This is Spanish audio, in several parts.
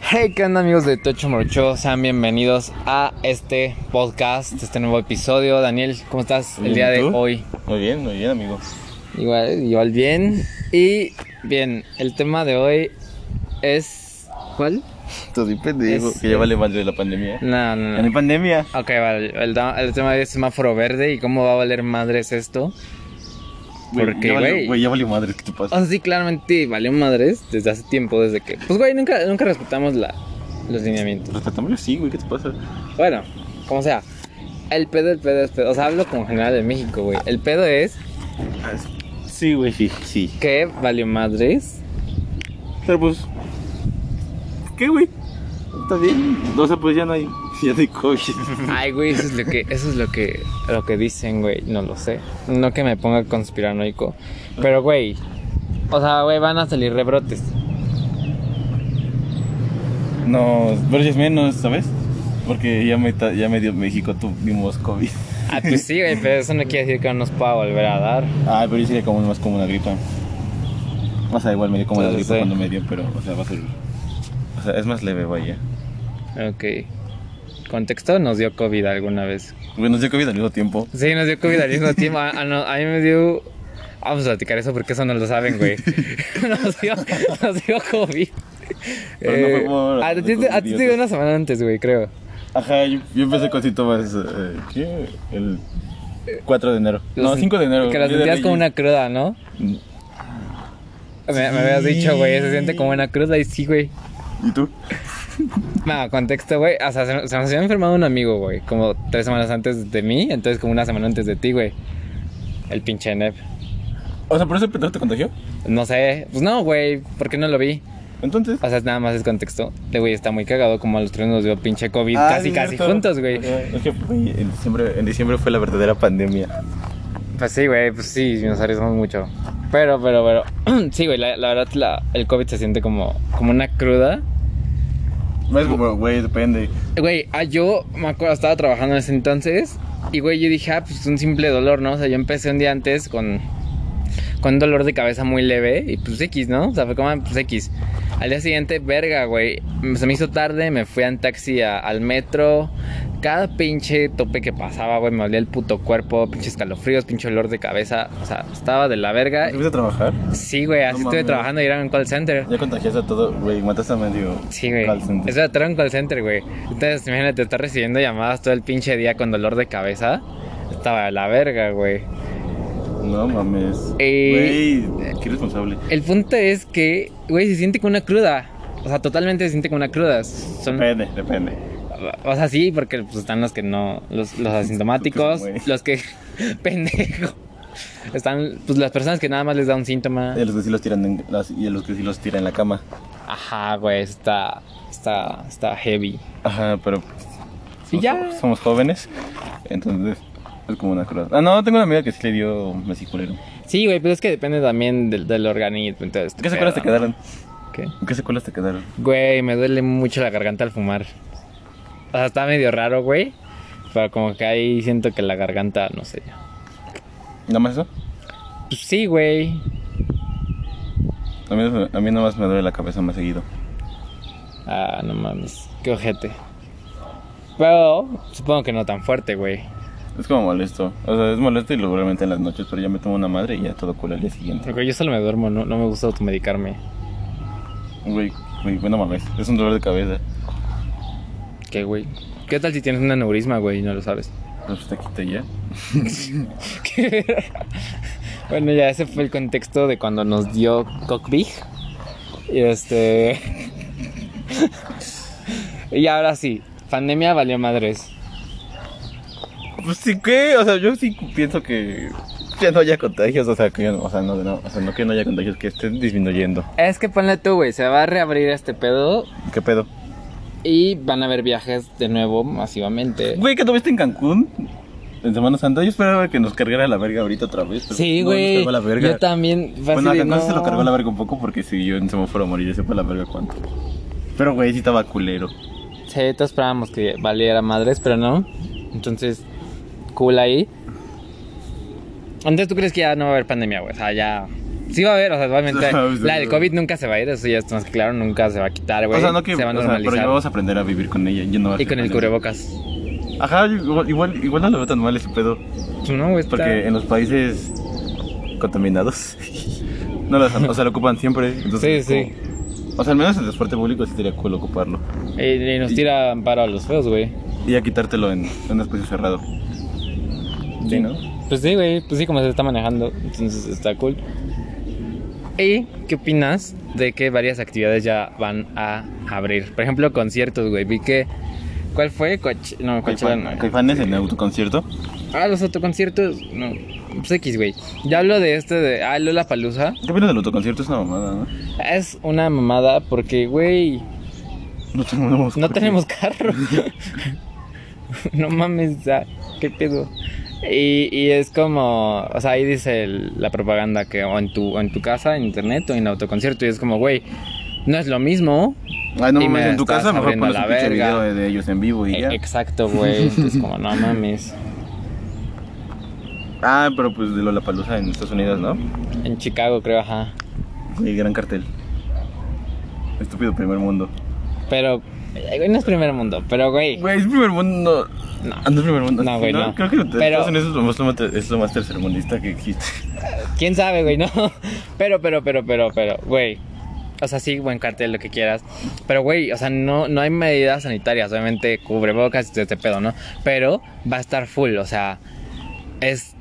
Hey, ¿qué onda amigos de Tocho Morocho? Sean bienvenidos a este podcast, este nuevo episodio. Daniel, ¿cómo estás el Bien, día de ¿tú? hoy? Muy bien, muy bien, amigos. Igual, igual bien. Y bien, el tema de hoy es... ¿Cuál? Todo y pendejo, Es- que ya vale madre la pandemia. No, Ya no, no no. hay pandemia. Ok, vale. El, da- el tema de semáforo verde y cómo va a valer madres esto. Güey, Porque, ya valió- güey. güey, Ah. ya valió madre, ¿qué te pasa? O sea, sí, claramente valió madres desde hace tiempo, desde que... Pues, güey, nunca, nunca respetamos la, los lineamientos. Respetámoslo, sí, güey, ¿qué te pasa? Bueno, como sea. El pedo, el pedo, el pedo. O sea, hablo como general de México, güey. El pedo es Ah, Sí, güey, sí, sí. que valió madres. Pero pues, ¿qué, güey? Está bien. O sea, pues ya no hay, ya no hay COVID. Ay, güey, eso es lo que, eso es lo que, lo que dicen, güey. No lo sé. No que me ponga conspiranoico. Pero, güey. O sea, güey, van a salir rebrotes. No, pero ya es menos, ¿sabes? Porque ya me, ta- ya me dio México, tuvimos COVID. Ah, pues sí, güey, pero eso no quiere decir que no nos pueda volver a dar. Ah, pero yo sería como más como una gripa. O sea, igual me dio como la Sí, sí, gripa sí. cuando me dio, pero, o sea, va a ser. O sea, es más leve, vaya. Ok. Contexto, nos dio COVID alguna vez. Güey, nos dio COVID al mismo tiempo. Sí, nos dio COVID al mismo tiempo. A, a no- a mí me dio. Vamos a platicar eso porque eso no lo saben, güey. Nos dio, nos dio COVID. Eh, Pero no fue por- a ti te- a ti te dio una semana antes, güey, creo. Ajá, yo, yo empecé con síntomas. eh, ¿Qué? El 4 de enero. No, Los- 5 de enero. Que la Día de sentías como una Reyes. cruda, ¿no? Me, me habías dicho, güey, se siente como una cruda y sí, güey. ¿Y tú? No, contexto, güey. O sea, se, se nos había enfermado un amigo, güey. Como tres semanas antes de mí, entonces como una semana antes de ti, güey. El pinche Nep. O sea, ¿por eso el pendejo te contagió? No sé. Pues no, güey, ¿por qué no lo vi? Entonces. O sea, nada más es contexto. De güey está muy cagado como a los tres nos dio pinche COVID Ah, casi, casi juntos, güey. Es que güey, en diciembre, en diciembre fue la verdadera pandemia. Pues sí, güey, pues sí, nos arriesgamos mucho. Pero, pero, pero. sí, güey, la, la verdad la- el COVID se siente como, como una cruda. No es como, güey, depende. Güey, ah, yo me acuerdo, estaba trabajando en ese entonces. Y güey, yo dije, ah, pues un simple dolor, ¿no? O sea, yo empecé un día antes con. Con un dolor de cabeza muy leve y pues X, ¿no? O sea, fue como, ah, pues X. Al día siguiente, verga, güey. Se me hizo tarde, me fui en taxi a- al metro. Cada pinche tope que pasaba, güey, me olía el puto cuerpo, pinche escalofríos, pinche olor de cabeza. O sea, estaba de la verga. ¿Fuiste a trabajar? Sí, güey, así No estuve mames. trabajando y era en un call center. Ya contagiaste a todo, güey, mataste a medio. Sí, güey. call center. Eso era un call center, güey. Entonces, imagínate, estar recibiendo llamadas todo el pinche día con dolor de cabeza. Estaba de la verga, güey. No mames. Eh, Güey, qué responsable. El punto es que, güey, se siente como una cruda. O sea, totalmente se siente como una cruda. Son, Depende, depende. o sea, sí, porque pues, están los que no. Los, los asintomáticos, Los que se los que. pendejo. Están pues, las personas que nada más les da un síntoma. Y a los que sí los tiran en, las- y a los que sí los tiran en la cama. Ajá, güey, está. Está, está heavy. Ajá, pero Y somos, ya. somos jóvenes, entonces es como una cruda. Ah, no, tengo una amiga que sí le dio mesiculero. Sí, güey, pero es que depende también del, del organismo. Entonces, ¿Qué secuelas te quedaron? ¿Qué? ¿Qué secuelas te quedaron? Güey, me duele mucho la garganta al fumar. O sea, está medio raro, güey. Pero como que ahí siento que la garganta, no sé. ¿Nada más eso? Pues sí, güey. A mí, a mí nada más me duele la cabeza más seguido. Ah, no mames. Qué ojete. Pero supongo que no tan fuerte, güey. Es como molesto. O sea, es molesto y lo realmente en las noches, pero ya me tomo una madre y ya todo cool al día siguiente. Porque yo solo me duermo, no, no me gusta automedicarme. Güey, güey, bueno mames, es un dolor de cabeza. ¿Qué, güey? ¿Qué tal si tienes un aneurisma, güey, y no lo sabes? Pero pues te quita ya. Bueno, ya ese fue el contexto de cuando nos dio Cockbig. Y este. y ahora sí, pandemia valió madres. Pues sí, ¿qué? O sea, yo sí pienso que ya no haya contagios, o sea, que ya no, o sea, no, no, o sea, no que no haya contagios, que estén disminuyendo. Es que ponle tú, güey, se va a reabrir este pedo ¿Qué pedo? y van a haber viajes de nuevo masivamente. Güey, que tuviste en Cancún en Semana Santa. Yo esperaba que nos cargara la verga ahorita otra vez. pero Sí, no, nos güey. cargó la verga. yo también. fue Bueno, a así de, Cancún se no. lo cargó la verga un poco porque siguió en semáforo morir. Ya sepa la verga cuánto. Pero, güey, sí estaba culero. Sí, todos esperábamos que valiera madres, pero no. Entonces, cool ahí. Entonces, ¿tú crees que ya no va a haber pandemia, güey? O sea, ya Sí va a haber, o sea, obviamente. No, la del no. COVID nunca se va a ir, eso ya está más que claro, nunca se va a quitar, güey. o sea, no que. se va a o sea, pero ya normalizar. vamos a aprender a vivir con ella. Yo no voy a y con el aprender. cubrebocas. Ajá, igual, igual, igual no lo veo tan mal ese pedo. Pues no, güey, está- Porque en los países contaminados no lo usan, o sea, lo ocupan siempre. Entonces, Sí, como- O sea, al menos el transporte público sí sería cool ocuparlo. Y, y nos tira amparo a los feos, güey. Y ya quitártelo en, en un espacio cerrado. Sí, ¿no? Pues sí, güey, pues sí, como se está manejando, entonces está cool. ¿Y qué opinas de que varias actividades ya van a abrir? Por ejemplo, conciertos, güey. Vi que. ¿Cuál fue? Coach... No, Coachella no. Caifán- Caifanes en el autoconcierto. Ah, los autoconciertos. No. Pues X, güey. Ya hablo de este de. Ah, Lola Palusa. ¿Qué opinas del autoconcierto? Es una mamada, ¿no? Es una mamada porque, güey, No tenemos. no tenemos carro. no mames, ya, qué pedo. Y, y es como, o sea, ahí dice el- la propaganda que o en tu, o en tu casa, en internet o en autoconcierto. Y es como, güey, no es lo mismo. Ay, no Y me mames, en tu estás casa mejor abriendo pones la un pinche verga. video de, de ellos en vivo y E- ya. Exacto, güey. Es como, no mames. eh. Ah, pero pues de Lollapalooza en Estados Unidos, ¿no? En Chicago, creo, ajá. El gran cartel. Estúpido primer mundo. Pero, eh, güey, no es primer mundo, pero, güey. Güey, es primer mundo. No. Ah, No es primer mundo. No, güey, no. Creo que Pero- Estados Unidos es lo más, lo más- es lo más tercermundista que existe. ¿Quién sabe, güey? No. Pero, pero, pero, pero, pero, güey. O sea, sí, buen cartel, lo que quieras. Pero, güey, o sea, no, no hay medidas sanitarias. Obviamente, cubrebocas y todo este pedo, ¿no? Pero va a estar full, o sea, es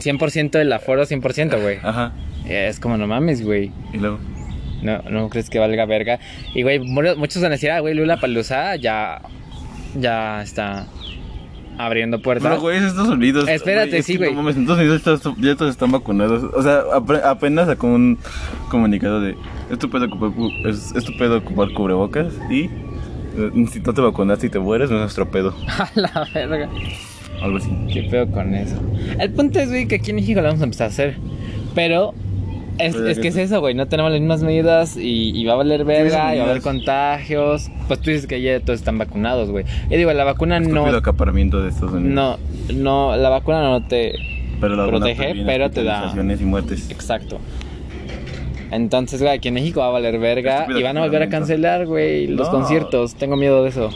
100% el aforo, 100%, güey. Ajá. Es como, no mames, güey. Y luego. No, no crees que valga verga. Y, güey, mu- muchos van a decir, ah, güey, Lula Palusa ya, ya está abriendo puertas. Pero, güey, es Estados Unidos. Espérate, es sí, que güey. No mames, en Estados Unidos todos- ya todos están vacunados. O sea, apre- apenas sacó un comunicado de. Estupendo ocupar, cu- es, es tu pedo ocupar cubrebocas y. eh, Si no te vacunaste y te mueres, no es nuestro pedo. A la verga. Algo así. ¿Qué pedo con eso? El punto es, güey, que aquí en México lo vamos a empezar a hacer. Pero es, Pero ya es que que es sí. eso, güey. No tenemos las mismas medidas y, y va a valer verga, y va a haber medidas. contagios. Pues tú dices que ya todos están vacunados, güey. Y digo, la vacuna Estúpido no. acaparamiento de Estados Unidos. No, no, la vacuna no te. Pero la protege, vacuna previene pero te da- hospitalizaciones y muertes. Exacto. Entonces, güey, aquí en México va a valer verga Estúpido y van a volver a acaparamiento. cancelar, güey, los No. conciertos. Tengo miedo de eso.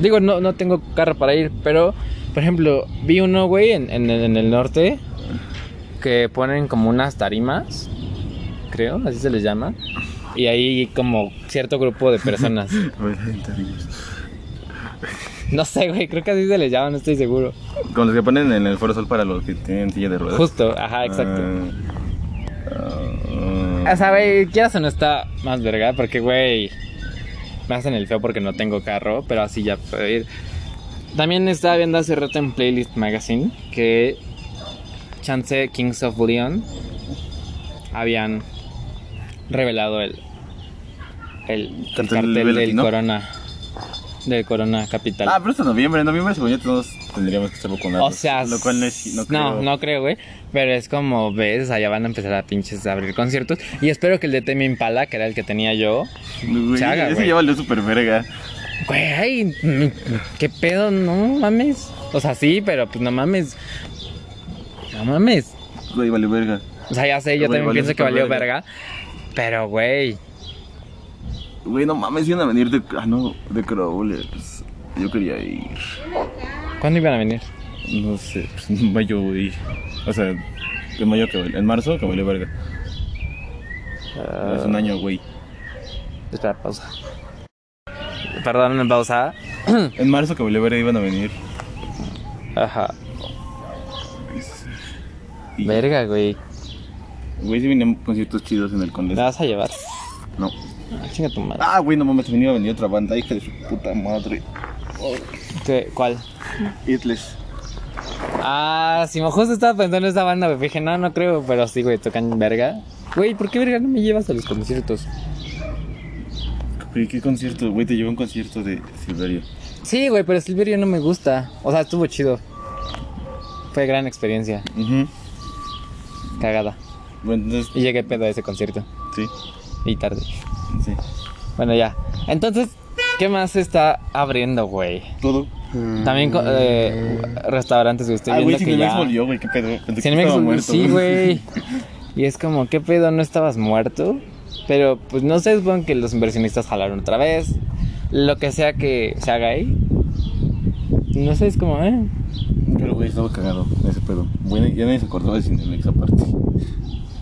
Digo, no, no tengo carro para ir, pero, por ejemplo, vi uno, güey, en, en el- en el norte que ponen como unas tarimas, creo, así se les llama. Y ahí como cierto grupo de personas. No sé, güey, creo que así se les llama, no estoy seguro. Con los que ponen en el Foro Sol para los que tienen silla de ruedas. Justo, ajá, exacto. Ah, ah, O sea, güey, quieras o no está más verga, porque, güey, me hacen el feo porque no tengo carro, pero así ya puedo ir. También estaba viendo hace rato en Playlist Magazine que Chance Kings of Leon habían revelado el, el, el ¿Cartel cartel del latino? Corona, del Corona Capital. Ah, pero es en noviembre. En noviembre, según yo, todos tendríamos que estar vacunados. O sea, lo cual no es. No, no, creo. no creo, güey. Pero es como, ves, allá van a empezar a pinches a abrir conciertos. Y espero que el de Temi Impala, que era el que tenía yo, Güey, se haga, ese güey. ya valió super verga. Güey, mm, qué pedo, no mames. O sea, sí, pero pues no mames. No mames. Güey, valió verga. O sea, ya sé, yo Güey, también valió pienso que súper valió verga. verga. Pero, güey. Güey, no mames, iban a venir de. Ah, no, de Crowlers. Yo quería ir. ¿Cuándo iban a venir? No sé, pues, en mayo, güey. O sea, en mayo que valió. En marzo que valió verga. Es un año, güey. Espera, pausa. Perdón, una pausa. En marzo que valió verga iban a venir. Ajá. Y- Verga, güey. Güey, sí venían conciertos chidos en el ¿Me Condesa. vas a llevar? No. Ah, Chinga tu madre. Ah, güey, no mames, venía a venir otra banda, hija de su puta madre. ¿Qué? ¿Cuál? Itles. Ah, si justo estaba pensando en esa banda, me dije, no, no creo, pero sí, güey, tocan verga. Güey, ¿por qué verga no me llevas a los conciertos? Güey, ¿qué concierto? Güey, te llevo a un concierto de Silverio. Sí, güey, pero Silverio no me gusta. O sea, estuvo chido. Fue gran experiencia, Ujú. cagada. Bueno, entonces, Y llegué pedo a ese concierto. sí, Y tarde. sí. Bueno, ya. Entonces, ¿qué más se está abriendo, güey? Todo. También co- eh, restaurantes, güey. Estoy ah, viendo güey, que Cinemex ya... volvió, güey, qué pedo. Pensé que Cinemex, estaba güey, muerto. sí, güey. Y es como, ¿qué pedo? ¿No estabas muerto? Pero pues no sé, es bueno que los inversionistas jalaron otra vez. Lo que sea que se haga ahí. No sé, es como, ¿eh? Pero, güey, estaba cagado ese pedo. Bueno, ya nadie se acordaba de Cinemex aparte.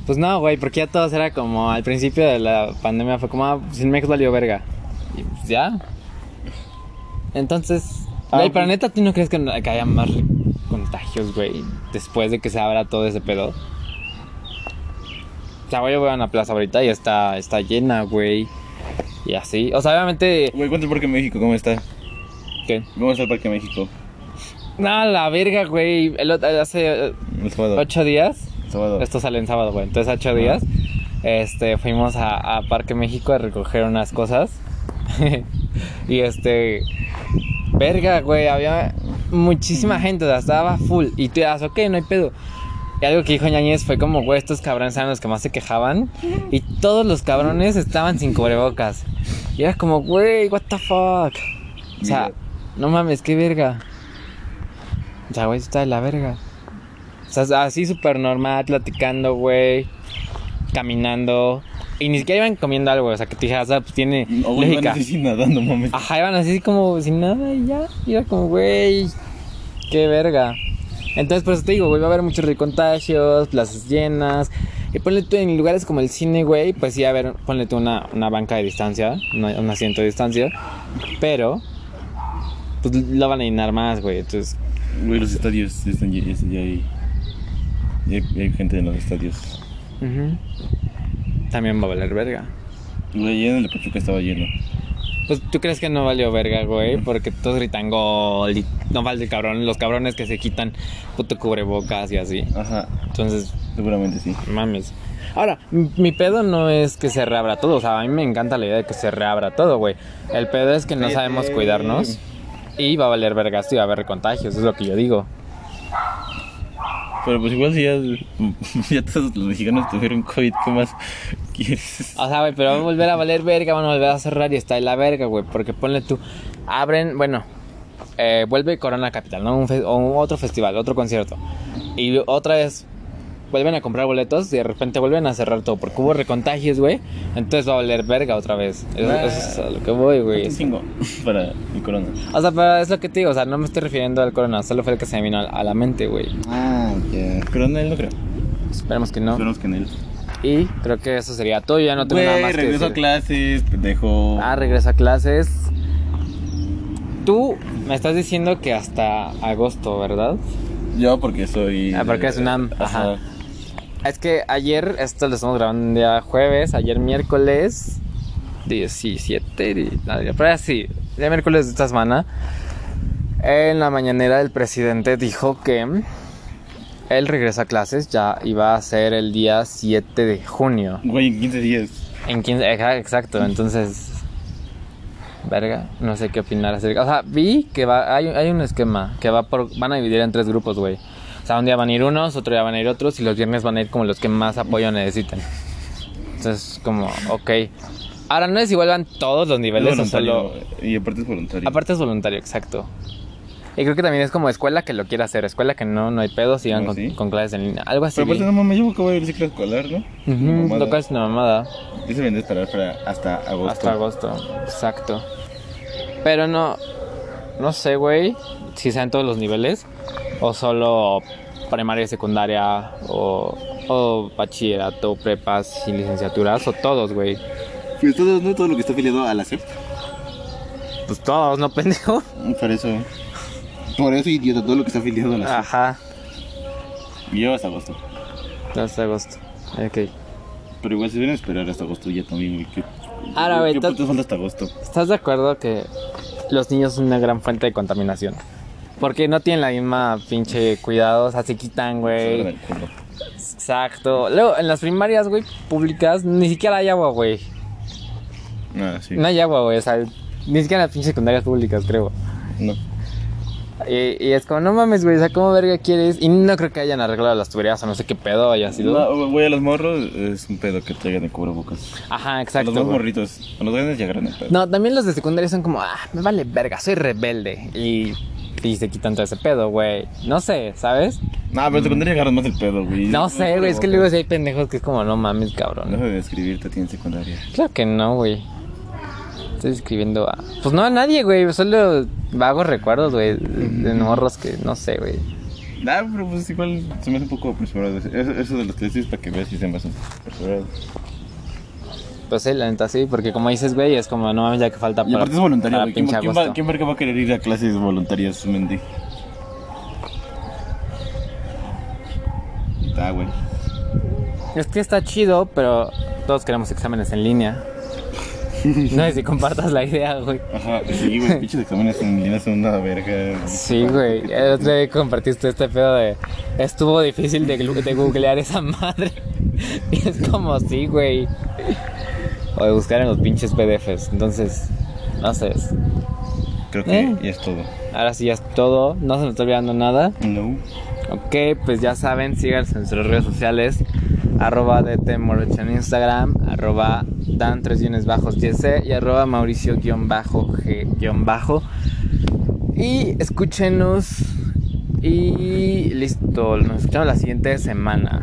Pues no, güey, porque ya todos era como al principio de la pandemia fue como, ah, Cinemex valió verga. Y pues ya. Entonces, Ah, güey, pues- pero neta, ¿tú no crees que, no- que haya más contagios, güey, después de que se abra todo ese pedo? O sea, güey, yo voy a una plaza ahorita y está, está llena, güey. Y así. O sea, obviamente. Güey, ¿cuánto el Parque México? ¿Cómo está? ¿Qué? ¿Cómo está el Parque México? No, la verga, güey. El ot- Hace eh, El sábado. ocho días. Sábado. Esto sale en sábado, güey. Entonces, ocho días. Este, fuimos a, a Parque México a recoger unas cosas. y este. Verga, güey. Había muchísima Mm. gente. O sea, estaba full. Y tú das, ok, no hay pedo. Y algo que dijo Ñañez fue como, güey, estos cabrones eran los que más se quejaban. Y todos los cabrones estaban sin cubrebocas. Y era como, güey, what the fuck. O sea, Mira. no mames, qué verga. O sea, güey, está de la verga. O sea, así súper normal, platicando, güey. Caminando. Y ni siquiera iban comiendo algo, o sea, que te dijeras, ah, pues tiene No, oh, güey, van lógica. Ah. así nadando, mames. Ajá, iban así como sin nada y ya. Y era como, güey, qué verga. Entonces, por eso te digo, güey, va a haber muchos recontagios, plazas llenas. Y ponle tú en lugares como el cine, güey, pues sí, a ver, ponle tú una, una banca de distancia, una- un asiento de distancia. Pero, pues lo van a llenar más, güey. Entonces, Güey, los estadios ya están ya, ya, ya hay, ya hay- ya hay gente en los estadios. ujú. también va a valer verga. Güey, ya en el de Pachuca estaba lleno. Pues tú crees que no valió verga, güey, porque todos gritan gol y no vale el cabrón, los cabrones que se quitan puto cubrebocas y así. Ajá, Entonces, seguramente sí. mames. Ahora, m- mi pedo no es que se reabra todo, o sea, a mí me encanta la idea de que se reabra todo, güey. El pedo es que no Cállate. sabemos cuidarnos y va a valer vergas y va a haber contagios, es lo que yo digo. Pero pues igual si ya, ya todos los mexicanos tuvieron COVID, ¿qué más quieres? O sea, güey, pero va a volver a valer verga, van a volver a cerrar y está en la verga, güey. Porque ponle tú, abren, bueno, eh, vuelve Corona Capital, ¿no? Un fe- o un- otro festival, otro concierto. Y otra vez vuelven a comprar boletos y de repente vuelven a cerrar todo porque hubo recontagios, güey. Entonces va a valer verga otra vez. Eso, Ah. eso es a lo que voy, güey. Un chingo para el corona. O sea, pero es lo que te digo, o sea, no me estoy refiriendo al Corona, solo fue el que se me vino a, a la mente, güey. Ah, ya. Corona, él no creo. Esperemos que no. Esperemos que en él. Y creo que eso sería todo, yo ya no tengo nada Güey, más que regreso a decir. clases, pendejo. Ah, regreso a clases. Tú me estás diciendo que hasta agosto, ¿verdad? Yo porque soy... Ah, porque es una- Ajá. ajá. Es que ayer, esto lo estamos grabando un día jueves, ayer miércoles 17, di- no, ya, pero sí, ya miércoles de esta semana, en la mañanera el presidente dijo que él regreso a clases ya iba a ser el día 7 de junio. Güey, en 15 días. En 15, ajá, exacto, entonces. Verga, no sé qué opinar acerca. O sea, vi que va, hay, hay un esquema que va por, van a dividir en tres grupos, güey. O sea, un día van a ir unos, otro día van a ir otros y los viernes van a ir como los que más apoyo necesiten. Entonces, como, ok. Ahora no es igual van todos los niveles, o Es solo. voluntario, Y aparte es voluntario. Aparte es voluntario, exacto. Y creo que también es como escuela que lo quiera hacer, escuela que no, no hay pedos, sigan ¿Ah, con, sí? con clases en línea. Algo así. Pero aparte vi. no mames, yo me acabo de ir ciclo escolar, ¿no? Ujú, Mamada. lo cual es una mamada. Dice vender para, para hasta agosto. Hasta agosto, exacto. Pero no, no sé, güey, si sea en todos los niveles o solo primaria y secundaria o, o bachillerato, prepas y licenciaturas o todos, güey. Pero todo, no todo lo que está afiliado a la E CEP. Pues todos, ¿no, pendejo? Por eso. Por eso, idiota, todo lo que está afiliado a la E CEP. Ajá, Y yo hasta agosto. hasta agosto. Ok. Pero igual se deben esperar hasta agosto ya también, güey. ¿Qué, Ahora, qué Ah, güey, to- putas falta hasta agosto? ¿Estás de acuerdo que los niños son una gran fuente de contaminación? Porque no tienen la misma pinche cuidado, o sea, se quitan, Se güey. van al culo. Exacto. Luego, en las primarias, güey, públicas, ni siquiera hay agua, güey. Ah, sí. No hay agua, güey. O sea, ni siquiera en las pinches secundarias públicas, creo. No. Y, y es como, no mames, güey, o sea, ¿cómo verga quieres? Y no creo que hayan arreglado las tuberías o no sé qué pedo haya sido. No, voy a los morros, es un pedo que traigan de cubrebocas. Ajá, A los exacto. más güey. morritos, a los grandes ya grandes, pedo. No, también los de secundaria son como, ah, me vale verga, soy rebelde. Y y se quitan todo ese pedo, güey. No sé, ¿sabes? No, pero en secundaria agarras más el pedo, güey. No sé, güey. Es que luego sí hay pendejos que es como, no mames, cabrón. No de describirte a ti en secundaria. Claro que no, güey. Estoy escribiendo a. Pues no a nadie, güey. Solo vagos recuerdos, güey. De morros que no sé, güey. Ah, pero pues igual se me hace un poco apresurado. Eso, eso de los tesis para que veas si se me hace un poco apresurado. Pues sí, la neta sí, porque como dices, güey, es como, no mames, ya que falta Y aparte es voluntario, para güey. Ah, ¿Quién, pinche quién va, agosto. ¿Quién verga va a querer ir a clases voluntarias, Mendy? Está, güey. Es que está chido, pero todos queremos exámenes en línea. No sé si compartas la idea, güey. Ajá, pues sí, güey. Pinches exámenes en línea son una verga. Sí, güey. El otro día compartiste este pedo de. Estuvo difícil de, glu- de googlear esa madre. Y es como, sí, güey. O de buscar en los pinches PDFs. Entonces, no sé. es- Creo que Eh. ya es todo. Ahora sí ya es todo. No se me está olvidando nada. No. Ok, pues ya saben, síganos en nuestras redes sociales. Arroba DT Morocho en Instagram, arroba Dan 3 bajos YC y arroba Mauricio guión bajo G guión bajo. Y escúchenos y listo, nos escuchamos la siguiente semana.